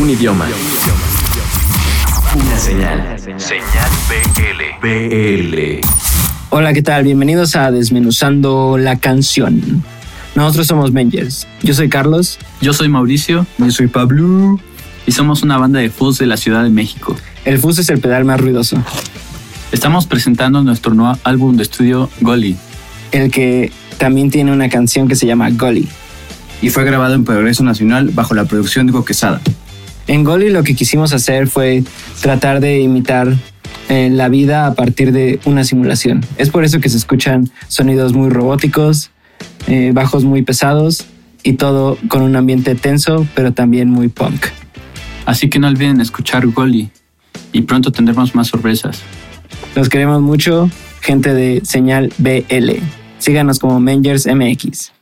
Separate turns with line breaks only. Un idioma. Una señal.
Señal BL.
BL.
Hola, ¿qué tal? Bienvenidos a Desmenuzando la canción. Nosotros somos Mengers. Yo soy Carlos.
Yo soy Mauricio
Yo soy Pablo.
y somos una banda de fuzz de la Ciudad de México.
El fuzz es el pedal más ruidoso,
Estamos presentando nuestro nuevo álbum de estudio Goli.
el que también tiene una canción que se llama Goli.
y fue grabado en Progreso Nacional bajo la producción de Hugo Quesada.
En Goli lo que quisimos hacer fue tratar de imitar eh, la vida a partir de una simulación. Es por eso que se escuchan sonidos muy robóticos, eh, bajos muy pesados y todo con un ambiente tenso, pero también muy punk.
Así que no olviden escuchar Goli y pronto tendremos más sorpresas.
Los queremos mucho, gente de señal BL. Síganos como Mengers MX.